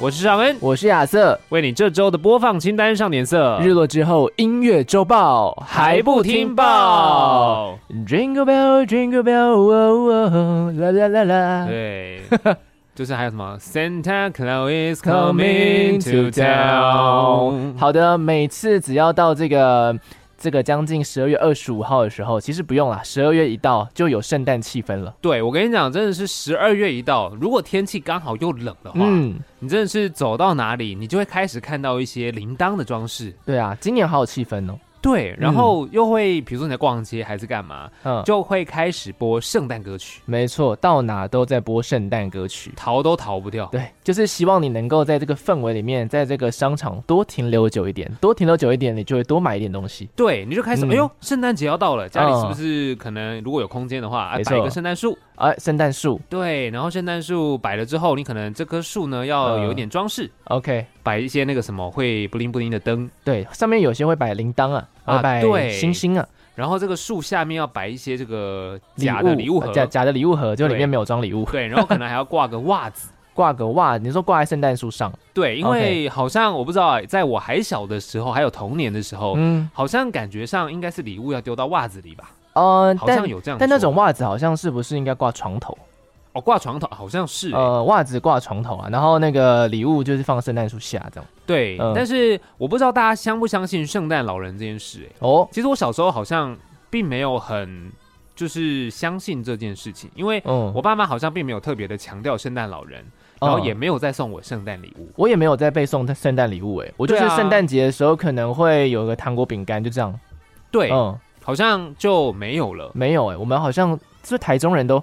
我是尚恩，我是亚瑟，为你这周的播放清单上点色。日落之后音乐周报还不听报？ Jingle bell, jingle bell, oh oh, la la la la。对，就是还有什 么 Santa Claus is coming to town。好的，每次只要到这个这个将近十二月二十五号的时候，其实不用啦，十二月一到就有圣诞气氛了。对我跟你讲，真的是十二月一到，如果天气刚好又冷的话，嗯，你真的是走到哪里，你就会开始看到一些铃铛的装饰。对啊，今年好有气氛哦。对，然后又会，比如说你在逛街还是干嘛，嗯，就会开始播圣诞歌曲，没错，到哪都在播圣诞歌曲。逃都逃不掉。对，就是希望你能够在这个氛围里面，在这个商场多停留久一点，多停留久一点，你就会多买一点东西。对，你就开始，嗯哎呦，圣诞节要到了，家里是不是可能如果有空间的话，啊没，错摆一个圣诞树？啊，圣诞树对，然后圣诞树摆了之后，你可能这棵树呢要嗯有一点装饰， ，OK，摆一些那个什么会布灵布灵的灯，对，上面有些会摆铃铛啊，啊会摆对星星啊，然后这个树下面要摆一些这个假的礼物盒，啊假假的礼物盒，就里对面没有装礼物，对，然后可能还要挂个袜子。挂个袜，你说挂在圣诞树上，对，因 OK 为好像我不知道啊，在我还小的时候，还有童年的时候，嗯，好像感觉上应该是礼物要丢到袜子里吧，呃，好但像有这样说。但那种袜子好像是不是应该挂床头？哦挂床头好像是欸、呃，袜子挂床头啊，然后那个礼物就是放圣诞树下这样。对，嗯但是我不知道大家相不相信圣诞老人这件事、欸。哦，其实我小时候好像并没有很就是相信这件事情，因为嗯，哦我爸妈好像并没有特别的强调圣诞老人，然后也没有再送我圣诞礼物。我也没有在被送圣诞礼物哎、我就是对啊圣诞节的时候可能会有个糖果饼干，就这样。对，嗯，，好像就没有了没有哎、我们好像是台中人都。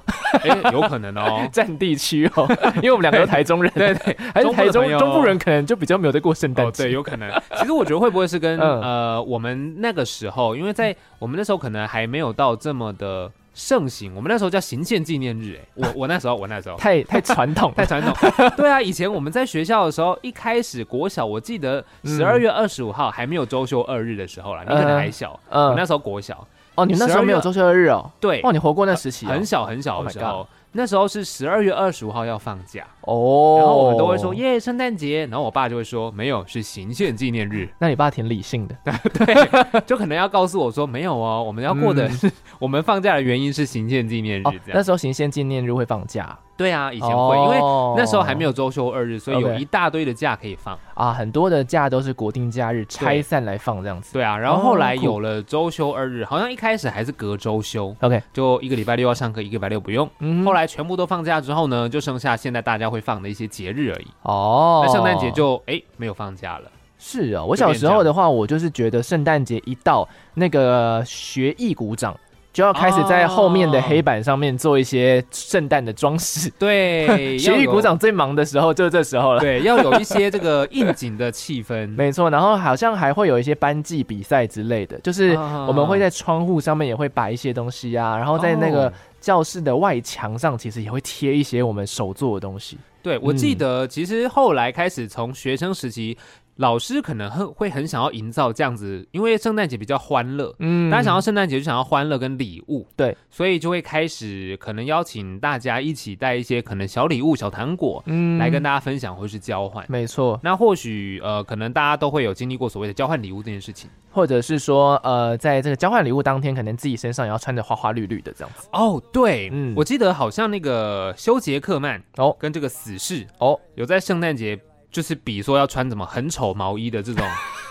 哎、有可能哦占地区哦， 因为我们两个都台中人，对对，还是台中部的中朋友中部人可能就比较没有在过 圣哦诞对，节。有可能。其实我觉得会不会是 跟、嗯呃我们那个时候，因为在我们那时候可能还没有到这么的盛行，我们那时候叫行宪纪念日、哎，我我那时候我那时候太太传统 太了，传统。对啊，以前我们在学校的时候，一开始国小，我记得嗯十二月二十五号还没有周休二日的时候啦，你可能还小，我嗯，那时候国小，哦，你们那时候没有周休二日哦，对哇，，你活过那时期哦、很小很小 Oh 的 my 时候，那时候是十二月二十五号要放假，哦，然后我们都会说耶圣诞节，然后我爸就会说没有，是行宪纪念日，那你爸挺理性的，就可能要告诉我说没有哦，我们要过的嗯是 我们放假的原因是行宪纪念哦日，这那样。时候行宪纪念日会放假，对啊，以前会，因为哦那时候还没有周休二日，所以有 OK 一大堆的假可以放。啊，很多的假都是国定假日拆散来放这样子。对啊，然后后来哦酷有了周休二日，好像一开始还是隔周休， OK，就一个礼拜六要上课，一个礼拜六不用。嗯后来全部都放假之后呢，就剩下现在大家会放的一些节日而已。哦，那圣诞节就哎没有放假 了，是哦，我小时候的话，我就是觉得圣诞节一到，那个学艺鼓掌就要开始在后面的黑板上面做一些圣诞的装 饰。对，要学艺有鼓，掌最忙的时候就是这时候了。对，要有一些这个应景的气氛。 没错，然后好像还会有一些班级比赛之类的，就是啊我们会在窗户上面也会摆一些东西啊，然后在那个哦教室的外墙上，其实也会贴一些我们手做的东西。对，我记嗯得其实后来开始从学生时期，老师可能很会很想要营造这样子，因为圣诞节比较欢乐，嗯大家想要圣诞节就想要欢乐跟礼物，对，所以就会开始可能邀请大家一起带一些可能小礼物、小糖果、嗯来跟大家分享或是交换。没错，那或许呃，可能大家都会有经历过所谓的交换礼物这件事情。或者是说，呃，在这个交换礼物当天，可能自己身上也要穿着花花绿绿的这样子。 哦，对，嗯我记得好像那个修杰克曼哦跟这个死侍哦有在圣诞节就是比说要穿什么很丑毛衣的这种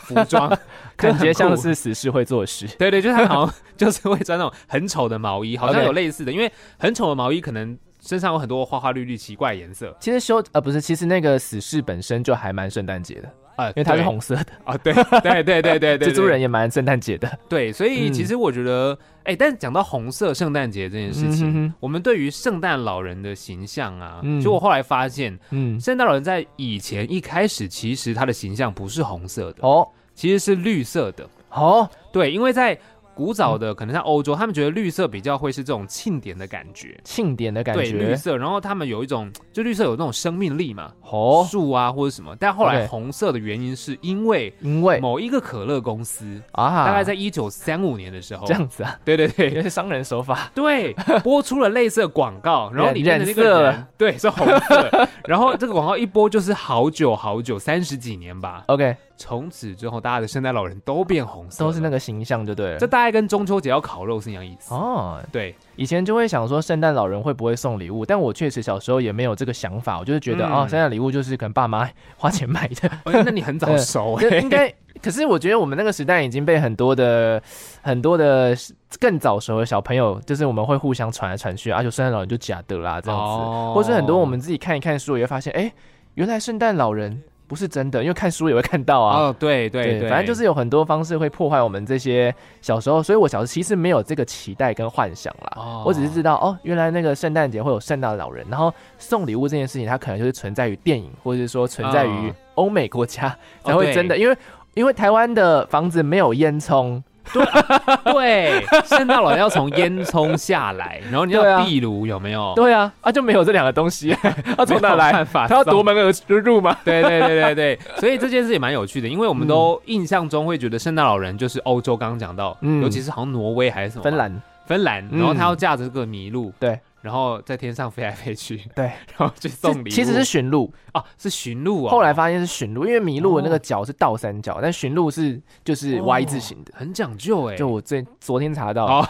服 装，感觉就很像酷。是死侍会做的事。对对，就是他好像就是会穿那种很丑的毛衣，好像 OK 有类似的，因为很丑的毛衣可能身上有很多花花绿绿奇怪的颜色。其实修呃不是，其实那个死侍本身就还蛮圣诞节的，啊，因因为它是红色的。啊， 对对对对对对，蜘蛛对人也蛮圣诞节的。对，所以嗯其实我觉得，哎、但讲到红色圣诞节这件事情，嗯哼哼我们对于圣诞老人的形象啊，嗯就我后来发现，嗯，圣诞老人在以前一开始其实他的形象不是红色的，哦其实是绿色的。哦，对，因为在古早的可能像欧洲，他们觉得绿色比较会是这种庆典的感觉。庆典的感对绿觉。色，然后他们有一种，就绿色有那种生命力嘛，哦，树啊或者什么。但后来 OK 红色的原因是因为因为某一个可乐公司，啊，大概在一九三五年的时候，这样子啊，对对 对因为是商人手法。 对，播出了类似的广告，然后里面的那个染色人了对是红色，然后这个广告一播就是好久好久，三十几年吧。 OK，从此之后，大家的圣诞老人都变红色了，都是那个形象就对了这。大概跟中秋节要烤肉是一样意思。哦，对，以前就会想说圣诞老人会不会送礼物，但我确实小时候也没有这个想法，我就是觉得嗯哦，圣诞礼物就是可能爸妈花钱买 的，哦那 你很早熟哎、就应该。可是我觉得我们那个时代已经被很多的很多的更早熟的小朋友，就是我们会互相传来传去，而啊且圣诞老人就假的啦这样子，哦或是很多我们自己看一看书也会发现，哎、原来圣诞老人不是真的，因为看书也会看到啊。哦，对对对，反正就是有很多方式会破坏我们这些小时候，所以我小时候其实没有这个期待跟幻想啦。哦我只是知道哦，原来那个圣诞节会有圣诞老人，然后送礼物这件事情，它可能就是存在于电影，或者是说存在于嗯欧美国家哦才会真的，因为因为台湾的房子没有烟囱，哦 对，圣诞老人要从烟囱下来，然后你对要啊壁炉有没有？对啊，啊就没有这两个东 西，他从哪哦没有来办？法他要送夺门而入吗？对对对对 对，所以这件事也蛮有趣的，因为我们都印象中会觉得圣诞老人就是欧洲，刚刚讲到，嗯尤其是好像挪威还是什么吧芬兰，芬兰，嗯然后他要驾着这个麋鹿，对，然后在天上飞来飞去，对，然后去送礼物，其实是驯鹿，哦是驯鹿哦，后来发现是驯鹿，因为麋鹿的那个角是倒三角，但驯鹿是就是哦 Y 字形的。很讲究哎，就我最昨天查到，哦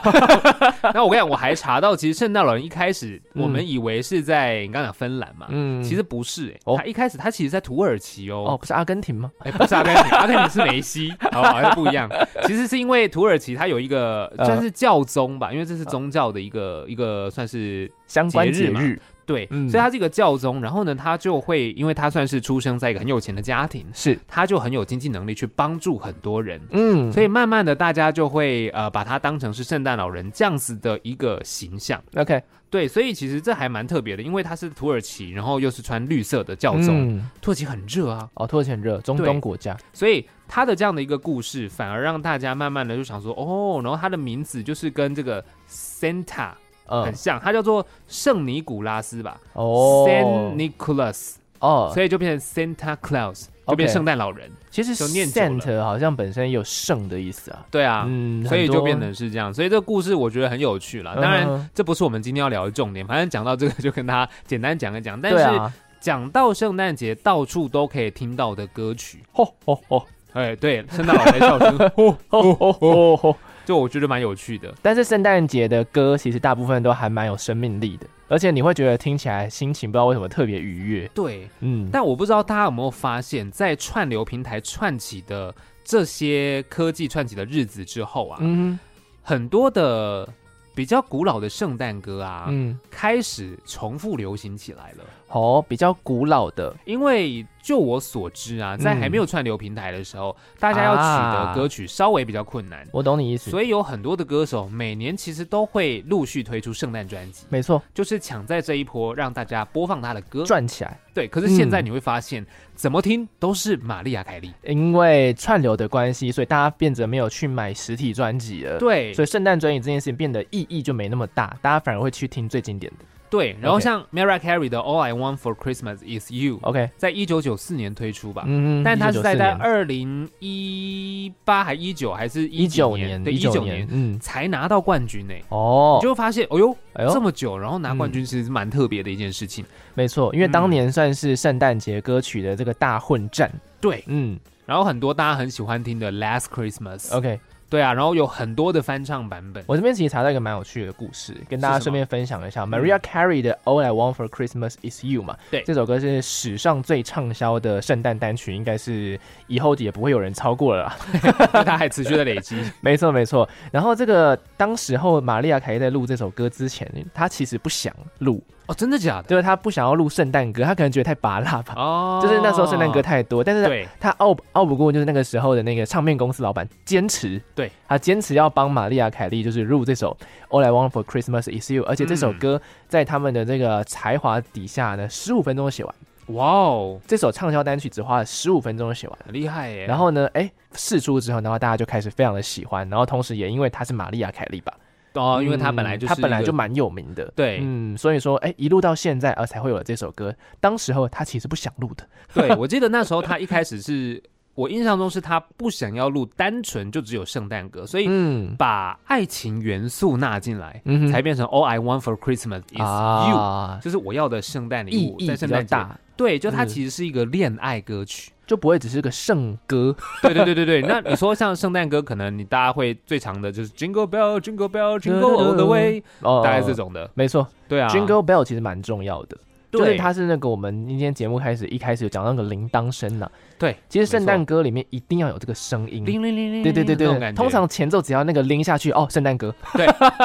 那我跟你讲，我还查到，其实圣诞老人一开始嗯我们以为是在你刚讲芬兰嘛，嗯其实不是哎，哦他一开始他其实在土耳其哦，哦，不是阿根廷吗？哎不是阿根廷，阿根廷是梅西，好不好？这不一样。其实是因为土耳其它有一个呃算是教宗吧，因为这是宗教的一个一个算是相关节节日嘛日对，嗯所以他这个教宗，然后呢，他就会因为他算是出生在一个很有钱的家庭，是，他就很有经济能力去帮助很多人。嗯，所以慢慢的，大家就会呃把他当成是圣诞老人这样子的一个形象。 OK，对，所以其实这还蛮特别的，因为他是土耳其，然后又是穿绿色的教宗，嗯土耳其很热啊，哦，土耳其很热，中对东国家，所以他的这样的一个故事，反而让大家慢慢的就想说，哦，然后他的名字就是跟这个 Santa 嗯很，像，他叫做圣尼古拉斯吧、哦 s a n Nicholas，哦，所以就变成 Santa Claus，就变 OK 圣诞老人。其实就念久了 Saint 好像本身也有圣的意思啊，对啊，嗯，所以很多就变成是这样。所以这个故事我觉得很有趣啦。嗯哼当然，这不是我们今天要聊的重点，反正讲到这个就跟大家简单讲一讲。但对是啊，讲到圣诞节，到处都可以听到的歌曲。吼吼吼哎， 对，圣诞老人的笑声，呼吼吼哦吼吼，就我觉得蛮有趣的。但是圣诞节的歌其实大部分都还蛮有生命力的，而且你会觉得听起来心情不知道为什么特别愉悦，对，嗯，但我不知道大家有没有发现，在串流平台串起的这些科技串起的日子之后啊，嗯很多的比较古老的圣诞歌啊，嗯，开始重复流行起来了。哦，比较古老的，因为就我所知啊，在还没有串流平台的时候，大家要取得歌曲稍微比较困难，我懂你意思，所以有很多的歌手每年其实都会陆续推出圣诞专辑，没错，就是抢在这一波让大家播放他的歌。转起来，对，可是现在你会发现，怎么听都是玛丽亚凯莉。因为串流的关系，所以大家变得没有去买实体专辑了，对所以圣诞专辑这件事情变得意义就没那么大，大家反而会去听最经典的。对，然后 OK 像 Mariah Carey 的《All I Want for Christmas Is You》， OK，在一九九四年推出吧。嗯啊但它是在在1994二零一八还一九还是一一九年？年，对，一19九年，嗯，才拿到冠军呢、哦你，就会发现，哎呦，哎呦嗯这么久，然后拿冠军其实是蛮特别的一件事情。没错，因为当嗯年算是圣诞节歌曲的这个大混战，对，嗯然后很多大家很喜欢听的《Last Christmas》， ，OK，对啊，然后有很多的翻唱版 本。我这边其实查到一个蛮有趣的故事，跟大家是什顺么嗯便分享一下。Maria Carey 的《All I Want for Christmas Is You》嘛，对这首歌是史上最畅销的圣诞单曲，应该是以后也不会有人超过了啦。因为它还持续的累 积。没错，没错。然后这个当时候玛利亚凯莉在录这首歌之前，她其实不想录，哦，真的假的？对他不想要录圣诞歌，他可能觉得太拔辣吧，哦，就是那时候圣诞歌太多，但是他对他拗拗不过，就是那个时候的那个唱片公司老板坚持，对他坚持要帮玛丽亚凯莉就是录这首《All I Want for Christmas Is You》，而且这首嗯歌在他们的这个才华底下呢，十五分钟就写完，哇哦，这首畅销单曲只花了十五分钟就写完。很厉害耶！然后呢，哎，试出之后，然后大家就开始非常的喜欢，然后同时也因为她是玛丽亚凯莉吧，哦，因为他本来就是他嗯本来一个就蛮有名的，对嗯，所以说，哎，一路到现在，呃，才会有这首歌。当时候他其实不想录的， 对，我记得那时候他一开始是我印象中是他不想要录单纯就只有圣诞歌，所以嗯把爱情元素纳进来，嗯哼才变成 All I Want for Christmas is You，、啊，就是我要的圣诞礼意物，义在比圣较诞节。大，对，就它嗯其实是一个恋爱歌曲。就不会只是个圣歌，对对对对对。那你说像圣诞歌，可能你大家会最常的就是 Jingle Bell, Jingle Bell, Jingle All the Way，哦 大概这。种的。没错对啊，Jingle Bell 其实蛮重要的，就对是它是那个我们今天节目开始一开始有讲到那个铃铛声呐。对，其实没圣错诞歌里面一定要有这个声音，铃铃铃嗯铃，对对对那种对，感觉通常前奏只要那个拎下去，哦，圣诞歌，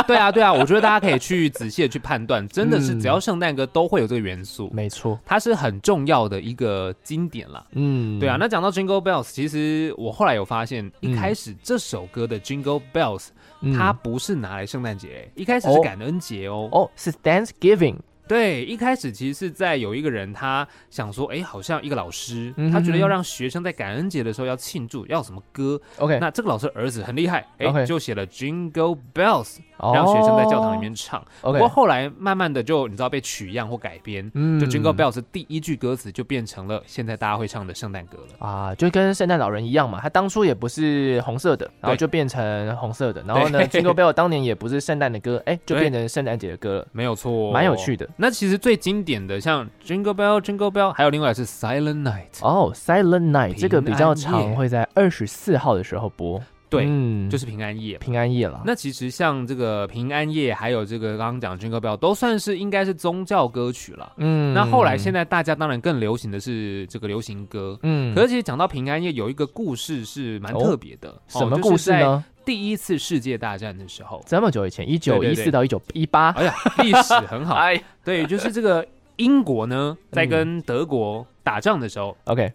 对啊对啊，我觉得大家可以去仔细的去判断，真的是嗯只要圣诞歌都会有这个元素。没错，它是很重要的一个经典啦。嗯，对啊，，那讲到 Jingle Bells，其实我后来有发现，嗯一开始这首歌的 Jingle Bells，、嗯它不是拿来圣诞节，一开始是哦感恩节哦。哦是 Thanksgiving，对，一开始其实是在有一个人，他想说，哎，好像一个老师，嗯哼他觉得要让学生在感恩节的时候要庆祝，要有什么歌？ OK，那这个老师的儿子很厉害，哎， OK 就写了 Jingle Bells，哦让学生在教堂里面唱。不，OK，过后来慢慢的就你知道被取样或改编，嗯就 Jingle Bells 第一句歌词就变成了现在大家会唱的圣诞歌了。啊，就跟圣诞老人一样嘛，他当初也不是红色的，然后对就变成红色的，然后呢对，Jingle Bell 当年也不是圣诞的歌，哎，就对哦变成圣诞节的歌了，没有错，蛮有趣。的。那其实最经典的像 Jingle Bell Jingle Bell，还有另外是 Silent Night，、哦，Silent 平 Night 这个比较安常夜会在二十四号的时候播，对，嗯就是平安夜。平安夜了。那其实像这个平安夜，还有这个刚刚讲 Jingle Bell，都算是应该是宗教歌曲了。嗯那后来现，在大家当然更流行的是这个流行歌。嗯可是其实讲到平安夜，有一个故事是蛮哦特别的。什么故事？就是在呢？第一次世界大战的时候，这么久以前，一九对一对四到一九一八， 哎呀，历史很 好。哎嗯对，就是这个英国呢，在跟德国打仗的时候， ，OK，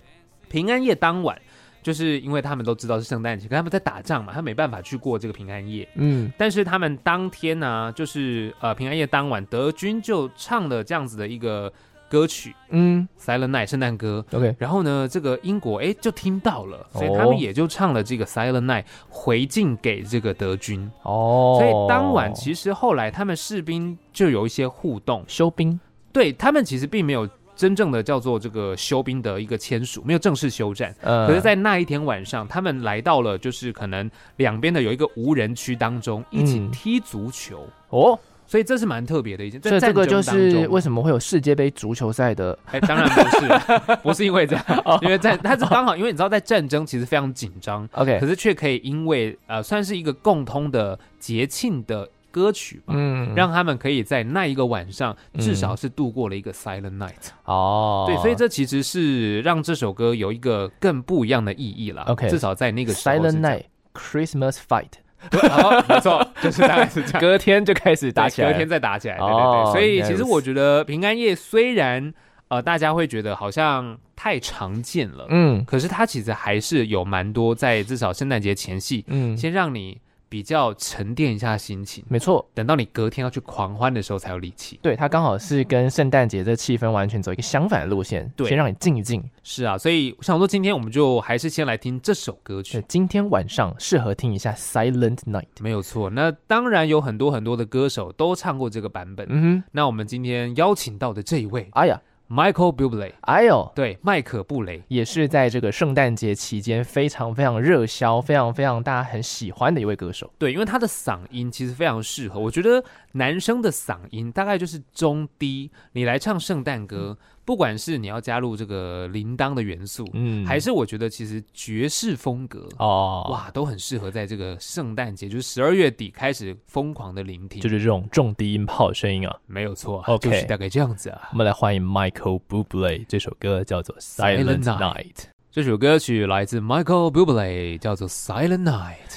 平安夜当晚，就是因为他们都知道是圣诞节，可他们在打仗嘛，他没办法去过这个平安夜。嗯，但是他们当天呢、就是呃平安夜当晚，德军就唱了这样子的一个歌曲嗯《Silent Night》圣诞歌。 ，OK，然后呢，这个英国哎就听到了，所以哦他们也就唱了这个《Silent Night》回敬给这个德军。哦，所以当晚其实后来他们士兵就有一些互动，休兵，对他们其实并没有真正的叫做这个休兵的一个签署，没有正式休战。呃，可是，在那一天晚上，他们来到了就是可能两边的有一个无人区当中，一起嗯踢足球，哦，所以这是蛮特别的一件。所以在这个战就争当是中为什么会有世界杯足球赛的，哎，当然不是，不是因为 这样，因为在他是刚好，因为你知道，在战争其实非常紧张， OK，可是却可以因为呃，算是一个共通的节庆的歌曲吧，嗯让他们可以在那一个晚上至少是度过了一个 silent night。哦，对，所以这其实是让这首歌有一个更不一样的意义啦。 OK 至少在那个时候是 Silent 这样 Night Christmas Fight 哦，没错，就是大概是这 样。隔天就开始打起来，隔天再打起来，对对对。哦所以原来其实如此我觉得平安夜虽然呃大家会觉得好像太常见了，嗯可是它其实还是有蛮多在至少圣诞节前夕，嗯，先让你比较沉淀一下心情，没错，等到你隔天要去狂欢的时候才有力气。对，它刚好是跟圣诞节这气氛完全走一个相反的路线，对先让你静一静。是啊，所以我想说今天我们就还是先来听这首歌曲对，。今天晚上适合听一下 Silent Night。没有错，那当然有很多很多的歌手都唱过这个版本。嗯那我们今天邀请到的这一位哼，哎呀， Michael Bublé，哎呦，对，麦可布雷，也是在这个圣诞节期间非常非常热销、非常非常大家很喜欢的一位歌手。对，因为他的嗓音其实非常适合，我觉得男生的嗓音大概就是中低，你来唱圣诞歌，不管是你要加入这个铃铛的元素，嗯还是我觉得其实爵士风格，哦，哇，哇，都很适合在这个圣诞节，就是十二月底开始疯狂的聆听，就是这种重低音炮声音啊。没有错 OK 就是大概这样子啊。我们来欢迎 Michael Bublé，这首歌叫做《 Silent Silent Night Night》。这首歌曲来自 Michael Bublé，叫做《Silent Night》。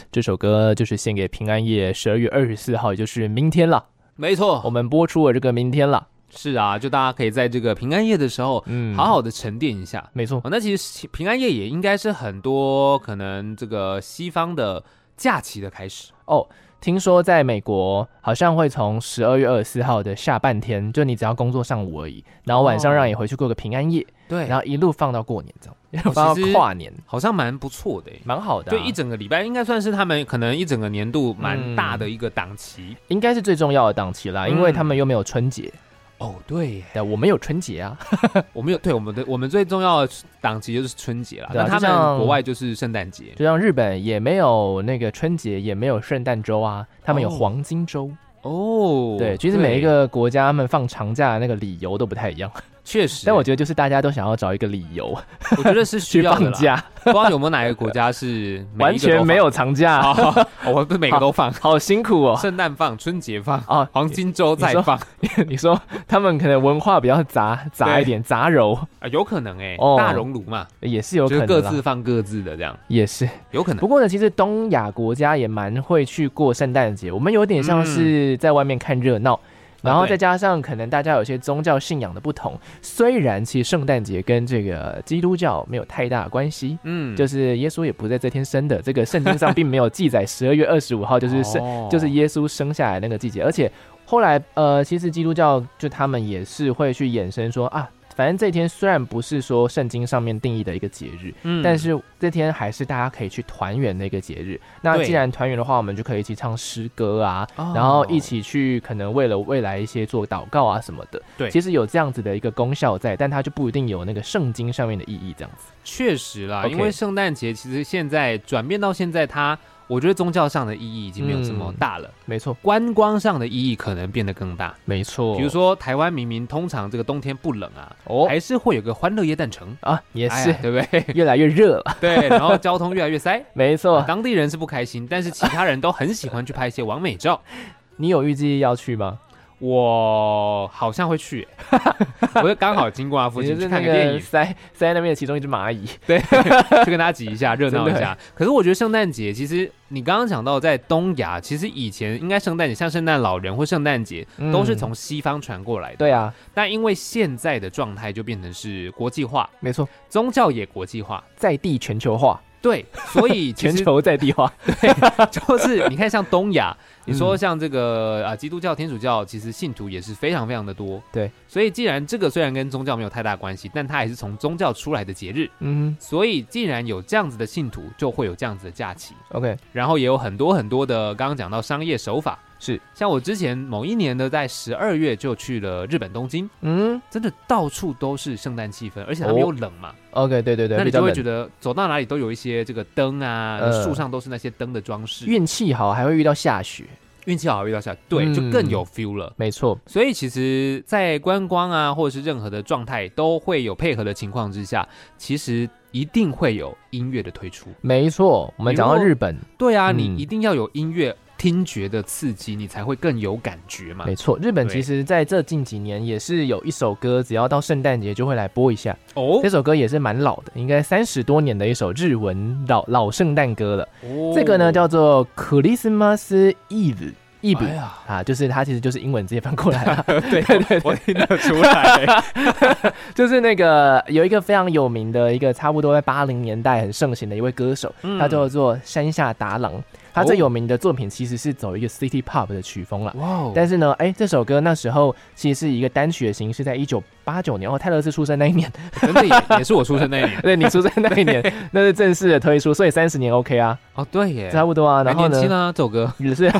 这首歌就是献给平安夜十二月二十四号，也就是明天了。没错，我们播出了这个明天了。是啊，就大家可以在这个平安夜的时候嗯，好，好的沉淀一下。没错，哦，那其实平安夜也应该是很多可能这个西方的假期的开始。哦，听说在美国好像会从十二月二十四号的下半天，就你只要工作上午而已，然后晚上哦让你回去过个平安夜，对然后一路放到过年这样，哦 放其实到跨年，好像蛮不错的耶。蛮好的啊、对，一整个礼拜应该算是他们可能一整个年度蛮大的一个档期。应该是最重要的档期啦，嗯因为他们又没有春节，哦，对耶，嗯对，我们有春节啊，我们有对我们的我们最重要的档期就是春节啦，对啊那他就像们国外就是圣诞节。就像日本也没有那个春节，也没有圣诞周啊，他们有哦黄金周。哦，对，其实每一个国家他们放长假的那个理由都不太一样，确实，但我觉得就是大家都想要找一个理由我觉得是需 去要的放啦。假，不知道有没有哪一个国家是每完一个都全放没有长假， 啊，我不是每个都放，好辛苦哦。圣诞放、春节放、哦， 黄金周再你说放你说他们可能文化比较杂杂一点，杂糅啊，有可能哎哦，大熔炉嘛，也是有就可是各能啦，自放各自的这样，也是。有可能不过呢，其实东亚国家也蛮会去过圣诞节，我们有点像是在外面看热闹。然后嗯啊对再加上可能大家有些宗教信仰的不同，虽然其实圣诞节跟这个基督教没有太大的关系，嗯，就是耶稣也不是在这天生的，这个圣经上并没有记载十二月二十五号就是圣、哦就是耶稣生下来那个季节，而且后来呃，其实基督教就他们也是会去衍生说啊，反正这一天虽然不是说圣经上面定义的一个节日，嗯但是这天还是大家可以去团圆的一个节日。那对既然团圆的话，我们就可以一起唱诗歌啊，哦然后一起去可能为了未来一些做祷告啊什么的。对其实有这样子的一个功效在，但它就不一定有那个圣经上面的意义这样子。确实啦， OK 因为圣诞节其实现在转变到现在，它我觉得宗教上的意义已经没有这么大了，没错，观光上的意义可能变得更大。没错。比如说台湾明明通常这个冬天不冷啊，哦还是会有个欢乐耶诞城，啊，也哎是、呀对不 对？越来越热了，对，然后交通越来 越塞，没错。当地人是不开心，但是其他人都很喜欢去拍一些完美照。你有预计要去吗？我好像 会去、欸，我就刚好经过那附我近就去是看那个电个影，塞塞那边的其中一只蚂蚁。去跟大家挤一下，热闹一下。可是我觉得圣诞节，其实你刚刚讲到在东亚，其实以前应该圣诞节，像圣诞老人或圣诞节，嗯 都是从西方传过来的。对啊，但因为现在的状态就变成是国际化，没错，宗教也国际化。在地全球化，对，所以 其全实球在地 化。就是你看，像东亚，你说嗯像这个啊，基督教、天主教，其实信徒也是非常非常的多。对，所以既然这个虽然跟宗教没有太大关系，但它还是从宗教出来的节日，嗯所以既然有这样子的信徒，就会有这样子的假期。 ，OK，然后也有很多很多的，刚刚讲到商业手法，是像我之前某一年的在十二月就去了日本东京，嗯真的到处都是圣诞气氛，而且它们哦又冷嘛， ，OK，对对对，那你比较就会冷觉得走到哪里都有一些这个灯啊，呃树上都是那些灯的装饰。运运气好，还会遇到下雪。运气好遇到下，对，嗯就更有 feel 了。没错，所以其实，在观光啊，或者是任何的状态都会有配合的情况之下，其实一定会有音乐的推出。没错。我们讲到日本，对啊，嗯你一定要有音乐听觉的刺激，你才会更有感觉嘛没。错，日本对其实在这近几年也是有一首歌，只要到圣诞节就会来播一下。哦这，首歌也是蛮老的，应该三十多年的一首日文老老圣诞歌了。这个呢叫做 Christmas Eve Eve、哦哎 呀，啊，就是它其实就是英文直接翻过来啊 了，对对对，我听得出 来。就是那个有一个非常有名的一个，差不多在八零年代很盛行的一位歌手，嗯他叫做山下达郎。他最有名的作品其实是走一个 City Pop 的曲风啦。哇哦，但是呢，哎，这首歌那时候其实是一个单曲的形式，在一九八九年哦，泰勒斯出生那一年， 真的也也是我出生那一年。对你出生那一 年，那是正式的推出，所以三十年 OK 啊，哦，对耶，差不多啊。然还后年轻呢，啊，这首歌也是 自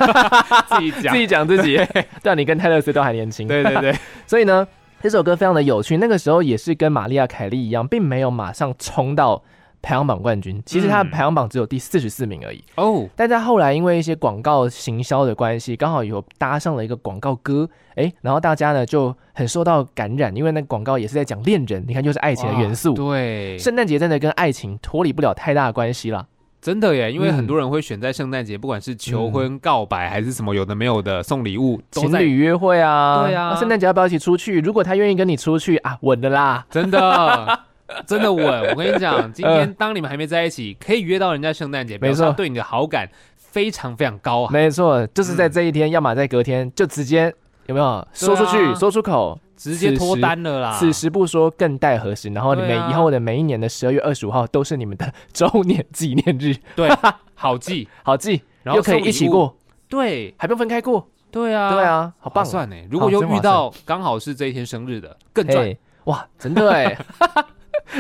己 自己讲自己， 对啊，你跟泰勒斯都还年轻。对 对对，所以呢，这首歌非常的有趣。那个时候也是跟玛利亚·凯莉一样，并没有马上冲到排行榜冠军。其实嗯她的排行榜只有第四十四名而已。哦，但在后来因为一些广告行销的关系，刚好有搭上了一个广告歌，诶，然后大家呢就很受到感染，因为那个广告也是在讲恋人，你看就是爱以情的元素。哦对，圣诞节真的跟爱情脱离不了太大的关系啦。真的耶，因为嗯很多人会选在圣诞节，不管是求婚、告白还是什么有的没有的送礼物，都情在侣约会啊，对啊圣诞节要不要一起出去？如果他愿意跟你出去啊，稳的啦。真的。真的稳，我跟你讲，今天当你们还没在一起，可以约到人家圣诞节，表嗯示没错他对你的好感非常非常高啊。没错，就是在这一天，要么在隔天，就直接有没有说出去，对啊说出口，直接脱单了啦。此时不说，更待何时？然后你们对啊以后的每一年的十二月二十五号都是你们的 周年纪念日，对，好 记，好记，然后又可以送礼一起物。过，对还不用分开过。对啊，对，啊，好好棒棒哦，算呢。如果又真划遇到刚好是这一天生日的，更赚。嘿哇，真的 哎，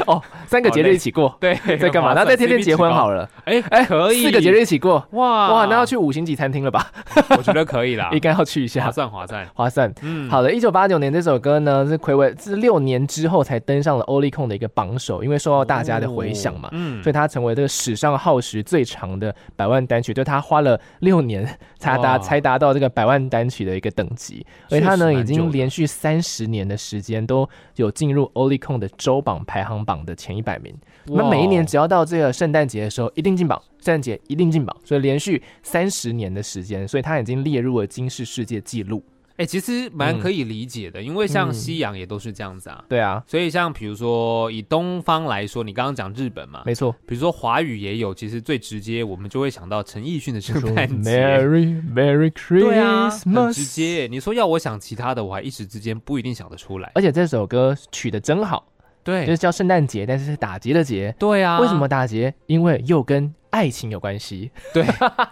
哦，三个节日一起过，对，在干嘛？很划那算在天天 CP 结婚值高好了，哎哎可以啊四个节日一起过，哇哇，那要去五星级餐厅了吧？，我觉得可以啦应该要 去一划下，算划算。划算。啊嗯，好的，一九八九年这首歌呢是暌违自六年之后才登上了欧力控的一个榜首，因为受到哦大家的回响嘛哦，嗯所以它成为这个史上耗时最长的百万单曲，就它花了六年才达哇才达到这个百万单曲的一个等级，而它呢确实蛮久的已经连续三十年的时间都有进入欧力控的周榜排行榜的前一百名。那哇每一年只要到这个圣诞节的时候，一定进榜，圣诞节一定进榜，所以连续三十年的时间，所以它已经列入了金氏世界纪录。哎、其实蛮可以理解的，因为像嗯西洋也都是这样子啊。对啊，所以像比如说以东方来说，你刚刚讲日本嘛，没错。比如说华语也有，其实最直接我们就会想到陈奕迅 的就圣说诞节。 Merry Merry 对啊，很直 Christmas，、接。你说要我想其他的，我还一时之间不一定想得出来。而且这首歌取得真好，就是对，叫圣诞节，但是是打劫的劫。对啊。为什么打劫？因为又跟爱情有关系，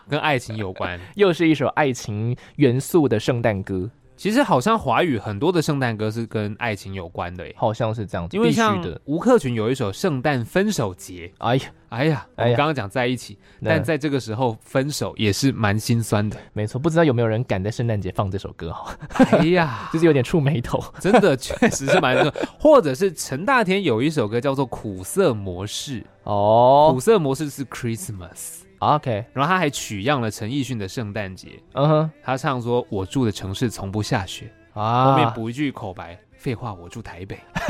跟爱情有关？又是一首爱情元素的圣诞歌，其实好像华语很多的圣诞歌是跟爱情有关的耶，好像是这样子，因为必须像的。吴克群有一首《圣诞分手节》，哎呀，哎呀，我哎们呀嗯刚刚讲在一起，那但在这个时候分手也是蛮心 酸的。没错，不知道有没有人敢在圣诞节放这首歌哈，哎呀，就是有点触眉 头。真的确实是蛮多，或者是陈大天有一首歌叫做《苦涩模式》，哦苦涩模式是 Christmas， ，OK，然后他还取样了陈奕迅的《圣诞节》，嗯哼，他唱说：“我住的城市从不下雪。”后面啊，补一句口白。废话，我住台北。对对对对对对不对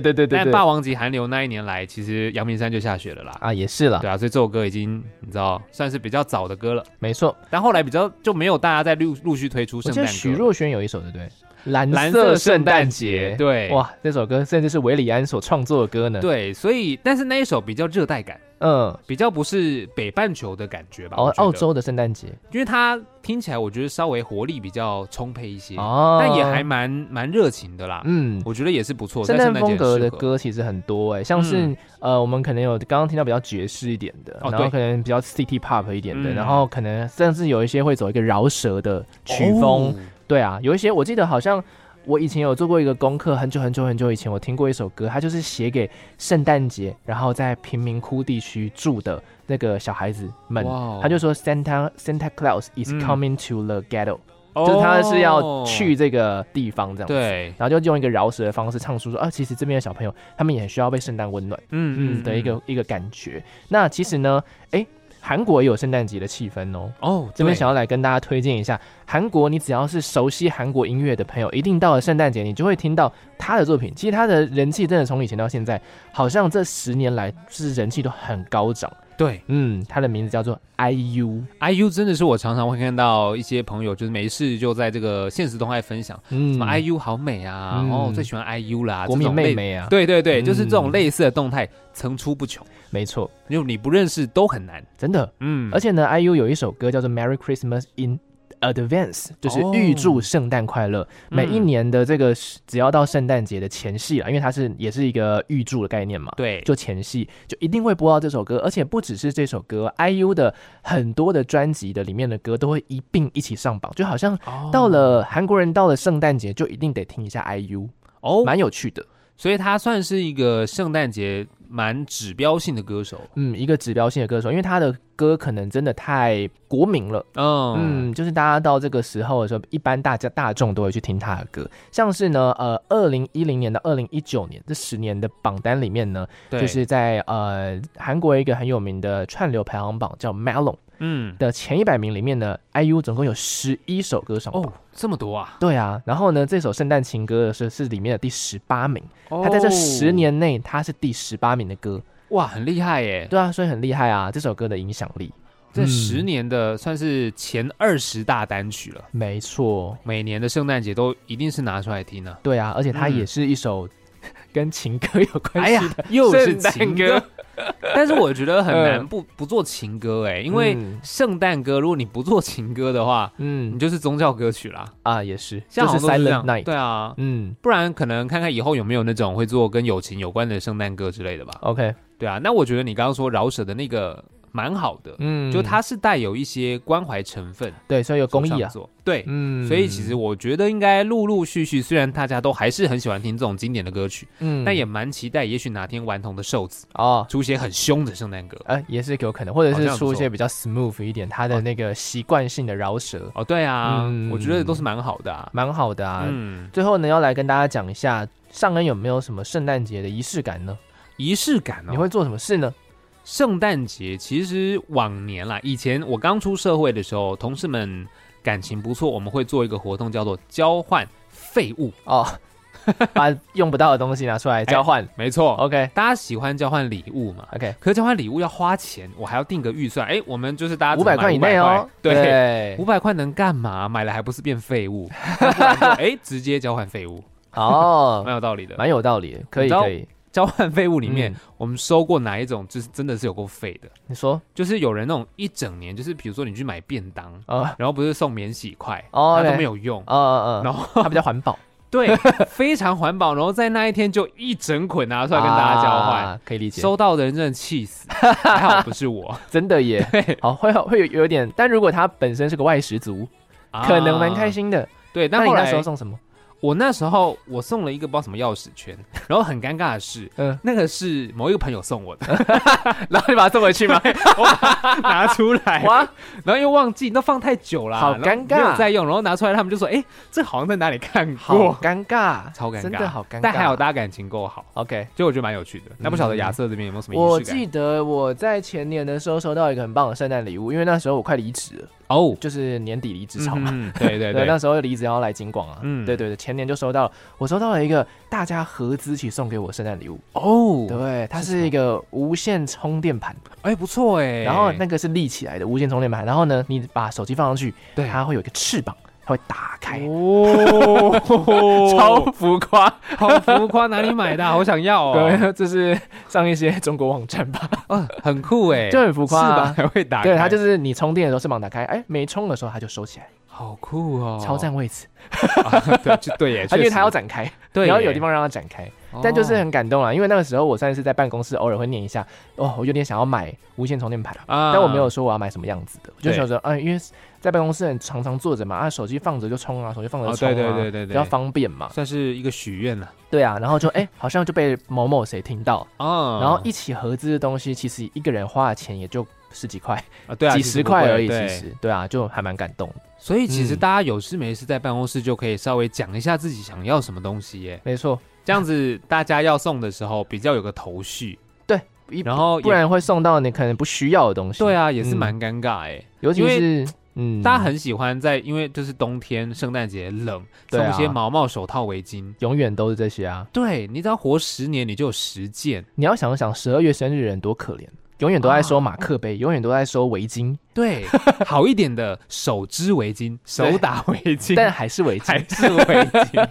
对对但对，霸王级寒流那一年来，其实阳明山就下雪了啦。啊也是啦，对啊，所以这首歌已经你知道算是比较早的歌了。没错。但后来比较就没有大家在陆陆续推出我圣记诞得歌了。许若瑄有一首对不对？蓝蓝色色圣圣诞诞节，节，对哇，这首歌甚至是韦礼安所创作的歌呢。，对，所以但是那一首比较热带感，嗯，比较不是北半球的感觉吧？澳我觉得哦澳，洲的圣诞节因为它听起来我觉得稍微活力比较充沛一些，哦，但也还蛮蛮热情的啦。嗯。我觉得也是不错，圣在诞诞风节很格适的合，歌其实很多哎、像是、嗯呃，我们可能有刚刚听到比较爵士一点的，哦然后对可能比较 City Pop 一点的，嗯然后可能甚至有一些会走一个饶舌的曲风，哦对啊，有一些我记得好像我以前有做过一个功课，很久很久很久以前我听过一首歌，它就是写给圣诞节，然后在贫民窟地区住的那个小孩子们。哇哦他就说 Santa Santa Claus is 嗯 coming to the ghetto，、就是他是要去哦这个地方这样子。对，然后就用一个饶舌的方式唱出说啊，其实这边的小朋友他们也很需要被圣诞温暖，嗯嗯的一个、一个感觉。那其实呢，诶，韩国也有圣诞节的气氛哦。哦，这边对想要来跟大家推荐一下韩国，你只要是熟悉韩国音乐的朋友，一定到了圣诞节，你就会听到他的作品。其实他的人气真的从以前到现在，好像这十年来是人气都很高涨。对嗯，他的名字叫做 IU， ，IU 真的是我常常会看到一些朋友就是没事就在这个现实动态分享，嗯什么 IU 好美啊，嗯哦，最喜欢 IU 啦，国民这种类妹妹啊，对对对，就是这嗯种类似的动态层出不穷，没错，就你不认识都很难。真的。嗯而且呢，IU 有一首歌叫做《Merry Christmas in Advance》，就是哦预祝圣诞快乐。嗯每一年的这个只要到圣诞节的前夕啦，因为它是也是一个预祝的概念嘛，对，就前戏就一定会播到这首歌，而且不只是这首歌，IU 的很多的专辑的里面的歌都会一并一起上榜，就好像哦到了韩国人到了圣诞节就一定得听一下 IU，哦，蛮有趣的，所以他算是一个圣诞节蛮指标性的歌手。嗯，一个指标性的歌手，因为他的歌可能真的太国民了。嗯嗯，就是大家到这个时候的时候，一般大家大众都会去听他的歌，像是呢，呃，二零一零年到二零一九年这十年的榜单里面呢，对，就是在呃韩国一个很有名的串流排行榜叫 Melon，嗯的前一百名里面呢，IU 总共有十一首歌上榜。哦，这么多啊！对啊，然后呢，这首圣诞情歌是是里面的第十八名，它在这哦十年内它是第十八名的歌，哇，很厉害耶！对啊，所以很厉害啊，这首歌的影响力，这十年的算是前二十大单曲了，没错，每年的圣诞节都一定是拿出来听啊。对啊，而且它嗯也是一首 跟情歌有关哎系呀的，又是圣诞情歌， 但是我觉得很难嗯不不做情歌哎、因为嗯圣诞歌如果你不做情歌的话，你嗯就是宗教歌曲啦。啊也是，像就是 Silent 样 Night，对啊，嗯不然可能看看以后有没有那种会做跟友情有关的圣诞歌之类的吧。 ，OK，对啊，那我觉得你刚刚说饶舌的那个蛮好的，嗯，就它是带有一些关怀成分，对，所以有公益啊，做对。嗯，所以其实我觉得应该陆陆续续，虽然大家都还是很喜欢听这种经典的歌曲，嗯但也蛮期待，也许哪天顽童的瘦子哦。出些很凶的圣诞歌。呃，也是有可能，或者好像是不出一些错比较 smooth 一点，他的那个习惯性的饶舌，哦，对啊，嗯我觉得都是蛮好的啊。蛮好的啊。嗯，最后呢，要来跟大家讲一下上恩有没有什么圣诞节的仪式感呢？仪式感哦。你会做什么事呢？圣诞节其实往年啦，以前我刚出社会的时候，同事们感情不错，我们会做一个活动叫做交换废物。哦， 把用不到的东西拿出来交换。没错， OK 大家喜欢交换礼物嘛？ OK，可是交换礼物要花钱，我还要定个预算。哎，我们就是大家五百块以内500哦块。对，对五，百块能干嘛？买了还不是变 废物？那不然就哎，直接交换废物，哦， 蛮有道理的。蛮有道理的，可以你知道可以。交换废物里面，嗯我们收过哪一种，就是真的是有够废的。你说就是有人那种一整年，就是比如说你去买便当，哦然后不是送免洗筷，哦它都对没有用哦。哦， 然后它比较环保，对，非常环保。然后在那一天就一整捆拿出来跟大家交换，啊可以理解。收到的人真的气 死。还好不是我，真的耶，好会会有有点，但如果他本身是个外食族，啊 可能蛮开。心的。对，那但你后那来时候送什 么？我那时候我送了一个不知道什么钥匙圈，然后很尴尬的是，嗯那个是某一个朋友送 我的， 然后你把它送回去吗？拿出 来，哇，然后又忘记，那放太久了，好然后尴尬没有再用，然后拿出来，他们就说，哎，这好像在哪里看好过，尴尬，超尴尬真的好尴尬。但还好大家感情够好。 OK，就我觉得蛮有趣的。那不晓得亚瑟这边有没有什嗯么我仪式感？记得我在前年的时候收到一个很棒的圣诞礼物，因为那时候我快离职了，哦，就是年底离职潮场嘛。 嘛，嗯对对对对那，时候离职要来金广啊，嗯对对对，前年就收到了，我收到了一个大家合资一起送给我圣诞礼物，哦，对，它是是什一个无线充电盘，哎，不错哎。然后那个是立起来的无线充电盘，然后呢，你把手机放上去，对它会有一个翅膀，它会打开，哦， 超浮夸，好浮夸，哪里买的啊？好想要哦，对，就是上一些中国网站吧，哦，很酷哎，就很浮夸、翅膀啊。还会打开，对，它就是你充电的时候翅膀打开，哎，没充的时候它就收起来，好酷哦，超占位置， 啊。对，就 对耶，而且它要确实展开，对耶，你要有地方让它展开。哦，但就是很感动啊啦，因为那个时候我算是在办公室偶尔会念一下，哦，我有点想要买无线充电盘，啊，但我没有说我要买什么样子的，我就对想说，啊，因为在办公室很常常坐着嘛，啊，手机放着就充啊，手机放着哦就充啊，对对对对对比较方便嘛，算是一个许愿了对啊，然后就哎、好像就被某某谁听到，啊然后一起合资的东西，其实一个人花的钱也就十几块、啊对啊几十块而已，对其实对啊，就还蛮感动的。所以其实嗯大家有事没事在办公室就可以稍微讲一下自己想要什么东西耶，没错，这样子大家要送的时候比较有个头绪，一然后也不然会送到你可能不需要的东西。对啊，啊，也是蛮尴尬哎、尤其因是嗯，大家很喜欢在，因为就是冬天、圣诞节冷，对送啊一些毛毛手套、围巾。永远都是这些啊。对你只要活十年，你就有十件。你要想想，十二月生日人多可怜，永远都在收啊马克杯，永远都在收围巾，对， 好一点的手织围巾、手打围巾，但还是围 还巾，是围 巾，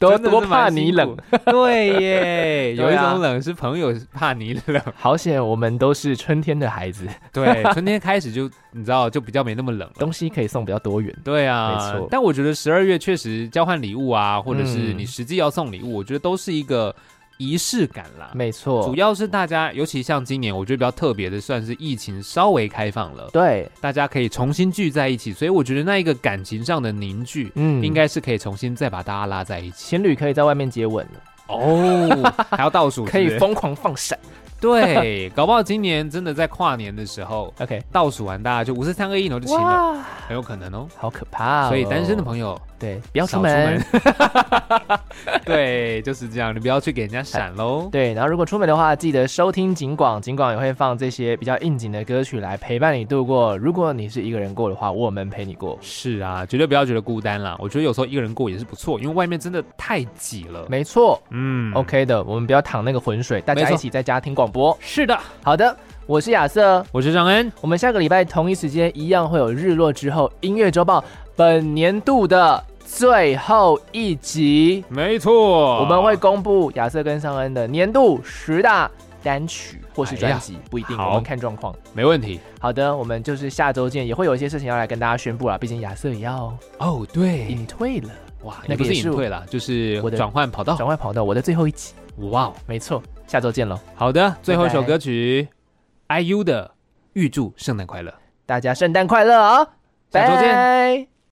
多真的是多怕蛮辛你冷苦。。 对耶，有 一对啊种冷是朋友怕你冷。好险，我们都是春天的孩 子，对，春天开始就你知道就比较没那么冷了。东西可以送比较多元。对啊，没错但我觉得十二月确实交换礼物啊，或者是嗯你实际要送礼物，我觉得都是一个仪式感啦。没错主，要是大家，尤其像今年，我觉得比较特别的，算是疫情稍微开放了，对，大家可以重新聚在一起，所以我觉得那一个感情上的凝聚，嗯，应该是可以重新再把大家拉在一起情侣可以在外面接吻了，哦，还要倒 数可以疯疯狂放闪。对，搞不好今年真的在跨年的时候 OK，倒数完，大家就五四三二一，然后就亲了，哇，很有可能哦。好可怕、哦！所以单身的朋友友对，不要少出门。 对，就是这样，你不要去给人家闪喽。对，然后如果出门的话，记得收听警广，警广也会放这些比较应景的歌曲来陪伴你度过。如果你是一个人过的话，我们陪你过。是啊，绝对不要觉得孤单啦。我觉得有时候一个人过也是不错，因为外面真的太挤了。没错、嗯 o k 的，我们不要淌那个浑水，大没家错一起在家听广播。是的，好的，我是亚瑟，我是张恩，我们下个礼拜同一时间一样会有日落之后音乐周报本年度的最后一集。没错我们会公布亚瑟跟尚恩的年度十大单曲或是专辑，不一定，哎好我们看状况。没问题。好的，我们就是下周见，也会有一些事情要来跟大家宣布啦，毕竟亚瑟也要哦，对，隐退了，哇，那也个不也是是隐退啦，就是我的转换跑道。转换跑道，我的最后一集，哇哦，没错，下周见喽，好的，最后一首拜拜歌曲，IU 的《预祝圣诞快乐》。大家圣诞快乐啊、下周见拜